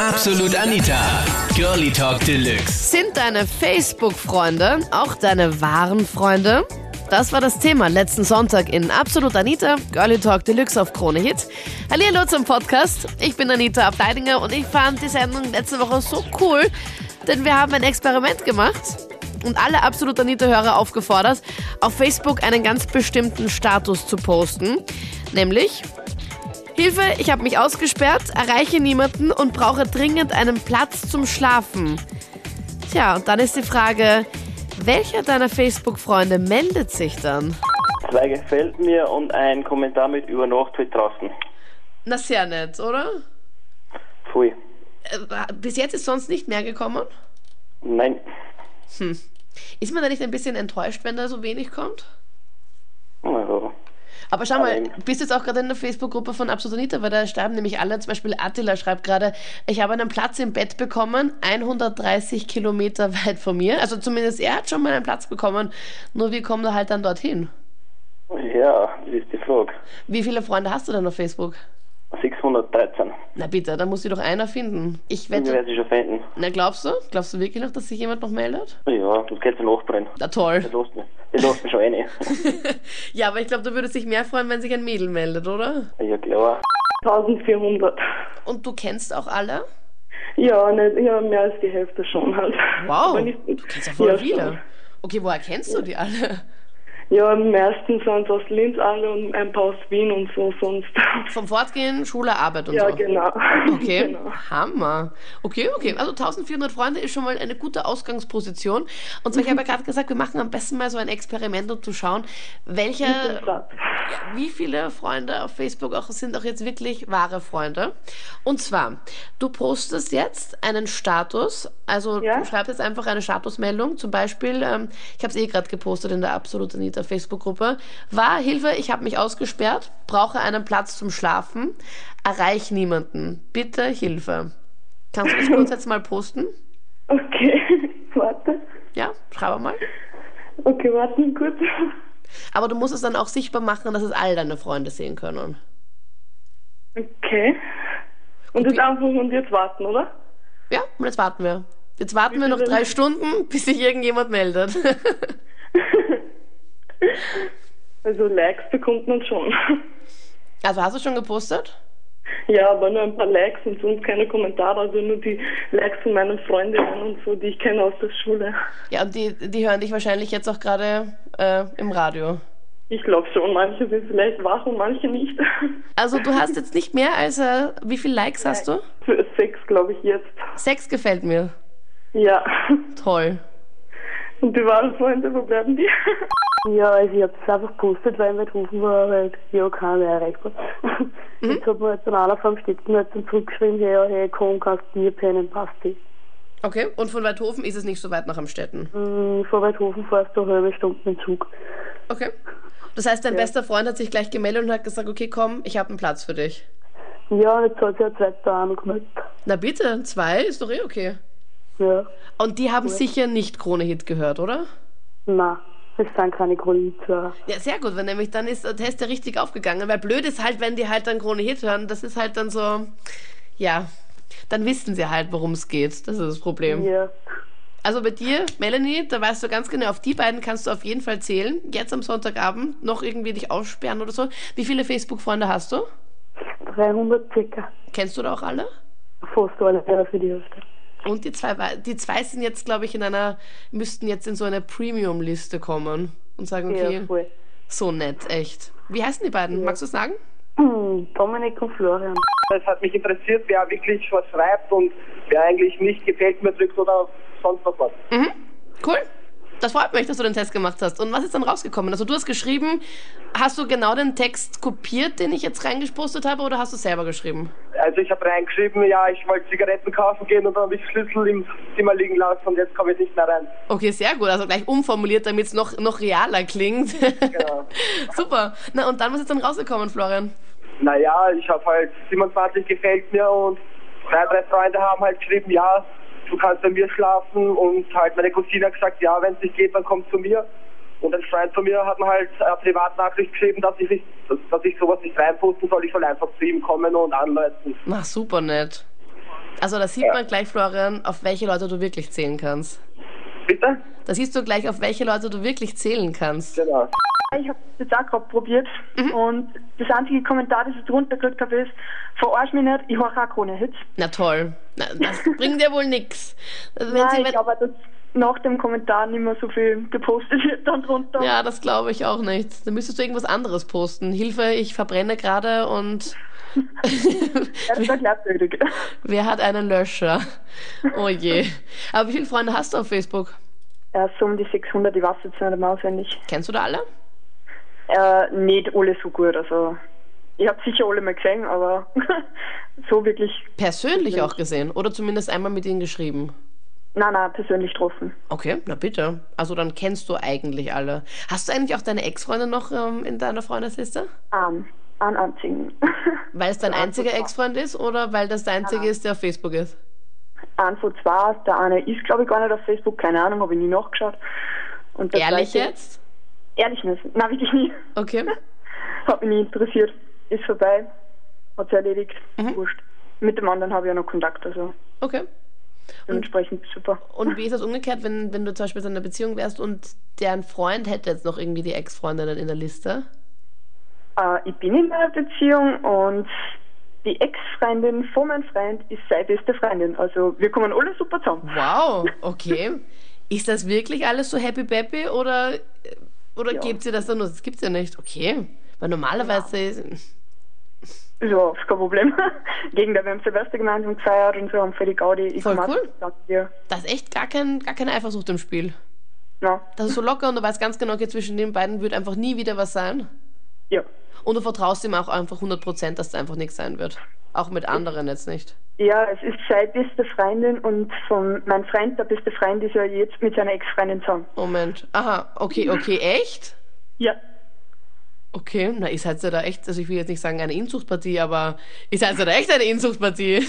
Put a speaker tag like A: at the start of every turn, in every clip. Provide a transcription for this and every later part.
A: Absolut Anita. Girlie Talk Deluxe.
B: Sind deine Facebook-Freunde auch deine wahren Freunde? Das war das Thema letzten Sonntag in Absolut Anita, Girlie Talk Deluxe auf Krone Hit. Hallihallo zum Podcast. Ich bin Anita Ableidinger und ich fand die Sendung letzte Woche so cool, denn wir haben ein Experiment gemacht und alle Absolut Anita-Hörer aufgefordert, auf Facebook einen ganz bestimmten Status zu posten, nämlich Hilfe, ich habe mich ausgesperrt, erreiche niemanden und brauche dringend einen Platz zum Schlafen. Tja, und dann ist die Frage, welcher deiner Facebook-Freunde meldet sich dann?
C: Zwei gefällt mir und ein Kommentar mit über Nacht wird draußen.
B: Na, sehr nett, oder?
C: Pfui.
B: Äh, Bis jetzt ist sonst nicht mehr gekommen.
C: Nein.
B: Ist man da nicht ein bisschen enttäuscht, wenn da so wenig kommt?
C: Also,
B: Aber schau mal,
C: Nein.
B: bist jetzt auch gerade in der Facebook-Gruppe von Absolutanita, weil da schreiben nämlich alle, zum Beispiel Attila schreibt gerade, ich habe einen Platz im Bett bekommen, 130 Kilometer weit von mir. Also zumindest er hat schon mal einen Platz bekommen, nur wir kommen da halt dann dorthin.
C: ja, das ist die Frage.
B: Wie viele Freunde hast du denn auf Facebook?
C: 613.
B: Na bitte, da muss sie doch einer finden. Ich
C: Ich
B: wette.
C: werde sie schon finden.
B: Na glaubst du? Glaubst du wirklich noch, dass sich jemand noch meldet?
C: Ja, das geht ja nachbrennen.
B: Na toll.
C: Das lässt mich, das lässt mich schon rein.
B: Ja, aber ich glaube, du würdest dich mehr freuen, wenn sich ein Mädel meldet, oder?
C: Ja, klar.
D: 1400.
B: Und du kennst auch alle?
D: Ja, nicht, ja, mehr als die Hälfte schon halt.
B: Wow,
D: Aber nicht-
B: du kennst ja voll
D: schon.
B: viele. Okay, woher kennst du die alle?
D: Ja, am meisten sind aus Linz alle und ein paar aus Wien und so sonst.
B: Vom Fortgehen, Schule, Arbeit und
D: Ja,
B: so.
D: genau.
B: Okay,
D: Genau.
B: Hammer. Okay, okay. Also 1400 Freunde ist schon mal eine gute Ausgangsposition. Und zwar, ich habe ja gerade gesagt, wir machen am besten mal so ein Experiment, um zu schauen, welche, wie viele Freunde auf Facebook auch sind auch jetzt wirklich wahre Freunde. Und zwar, du postest jetzt einen Status, also
D: Ja.
B: du schreibst jetzt einfach eine Statusmeldung, zum Beispiel, ähm, ich habe es eh gerade gepostet in der Absolut Anita Facebook-Gruppe, war Hilfe, ich habe mich ausgesperrt, brauche einen Platz zum Schlafen, erreich niemanden, bitte Hilfe. Kannst du das kurz jetzt mal posten?
D: Okay, warte.
B: Ja, schreib mal.
D: Okay, warten kurz.
B: Aber du musst es dann auch sichtbar machen, dass es all deine Freunde sehen können.
D: Okay. Und jetzt einfach und jetzt warten, oder?
B: Ja, und jetzt warten wir. Jetzt warten wir noch drei Stunden, bis sich irgendjemand meldet.
D: Also Likes bekommt man schon.
B: Also hast du schon gepostet?
D: Ja, aber nur ein paar Likes und sonst keine Kommentare, also nur die Likes von meinen Freundinnen und so, die ich kenne aus der Schule.
B: Ja, und die, die hören dich wahrscheinlich jetzt auch gerade äh, im Radio.
D: Ich glaube schon, manche sind vielleicht wach und manche nicht.
B: Also du hast jetzt nicht mehr als, äh, wie viele Likes hast du?
D: Für Sechs, glaube ich, jetzt.
B: Sechs gefällt mir.
D: Ja.
B: Toll.
D: Und die waren Freunde, wo bleiben die?
E: Ja, also ich hab's einfach gepostet, weil ich nicht rufen war, weil ja keiner mehr erreichbar. Jetzt hat mir jetzt dann einer vom Städten halt dann zurückgeschrieben, hey, ja, hey, komm, kannst du mir pennen, passt eh. dich.
B: Okay, und von Weidhofen ist es nicht so weit nach Amstetten.
E: Hm, Von Weidhofen fährst du eine halbe Stunde mit dem Zug.
B: Okay. Das heißt, dein bester Freund hat sich gleich gemeldet und hat gesagt, okay, komm, ich habe einen Platz für dich.
E: Ja, und jetzt hat sich ein zweiter auch noch gemeldet.
B: Na bitte, zwei ist doch eh okay.
E: Ja,
B: Und die haben sicher nicht Krone-Hit gehört, oder?
E: nein, es sind keine Grundzuhörer.
B: Ja, sehr gut, weil nämlich dann ist der Test ja richtig aufgegangen. Weil blöd ist halt, wenn die halt dann Krone Hit hören, das ist halt dann so, ja, dann wissen sie halt, worum es geht. Das ist das Problem.
E: Ja,
B: Also bei dir, Melanie, da weißt du ganz genau, auf die beiden kannst du auf jeden Fall zählen. Jetzt am Sonntagabend noch irgendwie dich aussperren oder so. Wie viele Facebook-Freunde hast du?
E: 300 circa.
B: Kennst du da auch alle?
E: Fast alle ja, für die Hälfte.
B: Und die zwei, wei- die zwei sind jetzt, glaube ich, in einer, müssten jetzt in so eine Premium-Liste kommen und sagen, okay,
E: Ja, voll.
B: so nett, echt. Wie heißen die beiden? Magst du es sagen?
E: Hm, Dominik und Florian.
F: Es hat mich interessiert, wer wirklich was schreibt und wer eigentlich nicht gefällt mir drückt oder sonst noch was.
B: Cool. Das freut mich, dass du den Test gemacht hast. Und was ist dann rausgekommen? Also du hast geschrieben, hast du genau den Text kopiert, den ich jetzt reingepostet habe, oder hast du selber geschrieben?
F: Also ich habe reingeschrieben, ja, ich wollte Zigaretten kaufen gehen und dann habe ich Schlüssel im Zimmer liegen lassen und jetzt komme ich nicht mehr rein.
B: Okay, sehr gut. Also gleich umformuliert, damit es noch, noch realer klingt.
F: Genau.
B: Super. Na und dann, was ist dann rausgekommen, Florian?
F: Naja, ich habe halt 27 gefällt mir und zwei, drei Freunde haben halt geschrieben, ja, du kannst bei mir schlafen und halt meine Cousine hat gesagt, ja, wenn es nicht geht, dann komm zu mir. Und ein Freund von mir hat mir halt äh, Privatnachricht geschrieben, dass ich nicht, dass, dass ich sowas nicht reinposten soll, ich soll einfach zu ihm kommen und anleiten.
B: Na, super nett. Also da sieht man gleich, Florian, auf welche Leute du wirklich zählen kannst.
F: Bitte?
B: Da siehst du gleich, auf welche Leute du wirklich zählen kannst.
F: Genau.
G: Ich habe das jetzt auch gerade probiert
B: Mhm.
G: und das einzige Kommentar, das ich drunter gekriegt habe, ist, verarsch mich nicht, ich höre auch keine Hits.
B: Na toll. Na, das bringt dir wohl nix. Wenn
G: Nein,
B: sie-
G: ich
B: wenn-
G: glaube, dass nach dem Kommentar nicht mehr so viel gepostet wird dann drunter.
B: ja, das glaube ich auch nicht. Dann müsstest du irgendwas anderes posten. Hilfe, ich verbrenne gerade und
G: Ja, das war glaubwürdig.
B: wer hat einen Löscher? Oh je. Aber wie viele Freunde hast du auf Facebook?
G: Äh, so um die 600, ich weiß jetzt nicht mehr auswendig.
B: Kennst du da alle?
G: Äh, nicht alle so gut, also ich habe sicher alle mal gesehen, aber so wirklich,
B: Persönlich auch gesehen oder zumindest einmal mit ihnen geschrieben.
G: nein, nein, persönlich getroffen.
B: Okay, na bitte. Also dann kennst du eigentlich alle. Hast du eigentlich auch deine Ex-Freunde noch ähm, in deiner Freundesliste?
G: Um, einen einzigen.
B: Weil es dein einziger Ex-Freund ist oder weil das der einzige ist, der auf Facebook ist?
G: Ein von zwei, der eine ist, glaube ich, gar nicht auf Facebook, keine Ahnung, habe ich nie nachgeschaut. Und der
B: Ehrlich
G: zweite-
B: jetzt?
G: Ehrlich nicht, nein, wirklich nie.
B: Okay.
G: Hat mich nie interessiert. Ist vorbei. Hat sich erledigt.
B: Mhm.
G: Wurscht. Mit dem anderen habe ich ja noch Kontakt, also
B: Okay.
G: dementsprechend super.
B: Und wie ist das umgekehrt, wenn, wenn du zum Beispiel in einer Beziehung wärst und deren Freund hätte jetzt noch irgendwie die Ex-Freundinnen in der Liste?
G: Äh, ich bin in einer Beziehung und die Ex-Freundin von meinem Freund ist seine beste Freundin. Also wir kommen alle super zusammen.
B: Wow, okay. Ist das wirklich alles so happy peppy oder, oder
G: Ja.
B: gibt sie das dann nur? Das gibt's ja nicht. Okay. Weil normalerweise ist.
G: Ja, ist kein Problem. Gegenteil, wir haben Silvester gemeinsam gefeiert und so haben für die Gaudi. Ich
B: Voll
G: komm auch
B: cool.
G: zusammen mit dir.
B: Da ist echt gar, kein, gar keine Eifersucht im Spiel.
G: Na,
B: Das ist so locker und du weißt ganz genau, okay, zwischen den beiden wird einfach nie wieder was sein.
G: ja.
B: Und du vertraust ihm auch einfach 100%, dass da einfach nichts sein wird. Auch mit anderen jetzt nicht.
G: Ja, es ist seine beste Freundin und von mein Freund, der beste Freund, ist ja jetzt mit seiner Ex-Freundin zusammen.
B: Moment. Aha, okay, okay, echt?
G: Ja,
B: Okay, na, ist halt da echt, also ich will jetzt nicht sagen eine Inzuchtpartie, aber ist halt da echt eine Inzuchtpartie?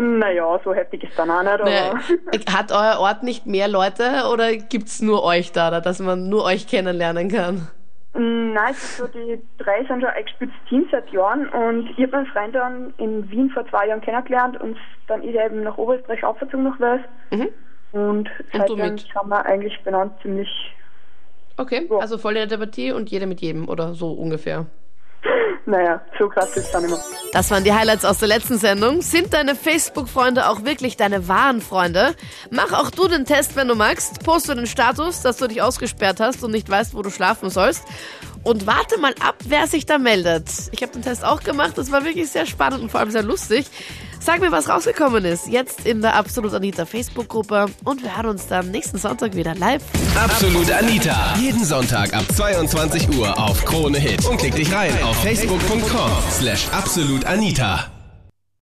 G: Naja, so happy ist dann auch nicht, aber
B: Naja, Ne, Hat euer Ort nicht mehr Leute oder gibt's nur euch da, da, dass man nur euch kennenlernen kann?
G: Mm, nein, es ist so, die drei sind schon ein gespieltes Team seit Jahren und ich habe meinen Freund dann in Wien vor zwei Jahren kennengelernt und dann ist er eben nach Oberösterreich aufgezogen nach Wels
B: Mhm.
G: und seitdem
B: mit?
G: haben wir eigentlich benannt ziemlich,
B: Okay, also voll in der Partie und jeder mit jedem oder so ungefähr.
G: naja, so krass ist es dann immer.
B: Das waren die Highlights aus der letzten Sendung. Sind deine Facebook-Freunde auch wirklich deine wahren Freunde? Mach auch du den Test, wenn du magst. Poste den Status, dass du dich ausgesperrt hast und nicht weißt, wo du schlafen sollst. Und warte mal ab, wer sich da meldet. Ich habe den Test auch gemacht. Das war wirklich sehr spannend und vor allem sehr lustig. Sag mir, was rausgekommen ist. Jetzt in der Absolut Anita Facebook-Gruppe. Und wir hören uns dann nächsten Sonntag wieder live.
A: Absolut Anita. Jeden Sonntag ab 22 Uhr auf Krone Hit. Und klick dich rein auf facebook.com slash absolutanita.